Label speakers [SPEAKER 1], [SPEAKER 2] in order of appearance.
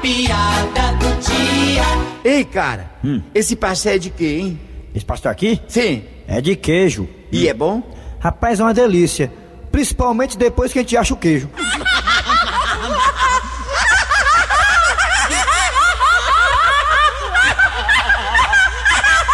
[SPEAKER 1] piada do dia.
[SPEAKER 2] Ei, cara,
[SPEAKER 3] Hum.
[SPEAKER 2] esse pastel é de quê, hein?
[SPEAKER 3] Esse pastel aqui
[SPEAKER 2] Sim.
[SPEAKER 3] é de queijo.
[SPEAKER 2] E é bom?
[SPEAKER 3] Rapaz, é uma delícia. Principalmente depois que a gente acha o queijo.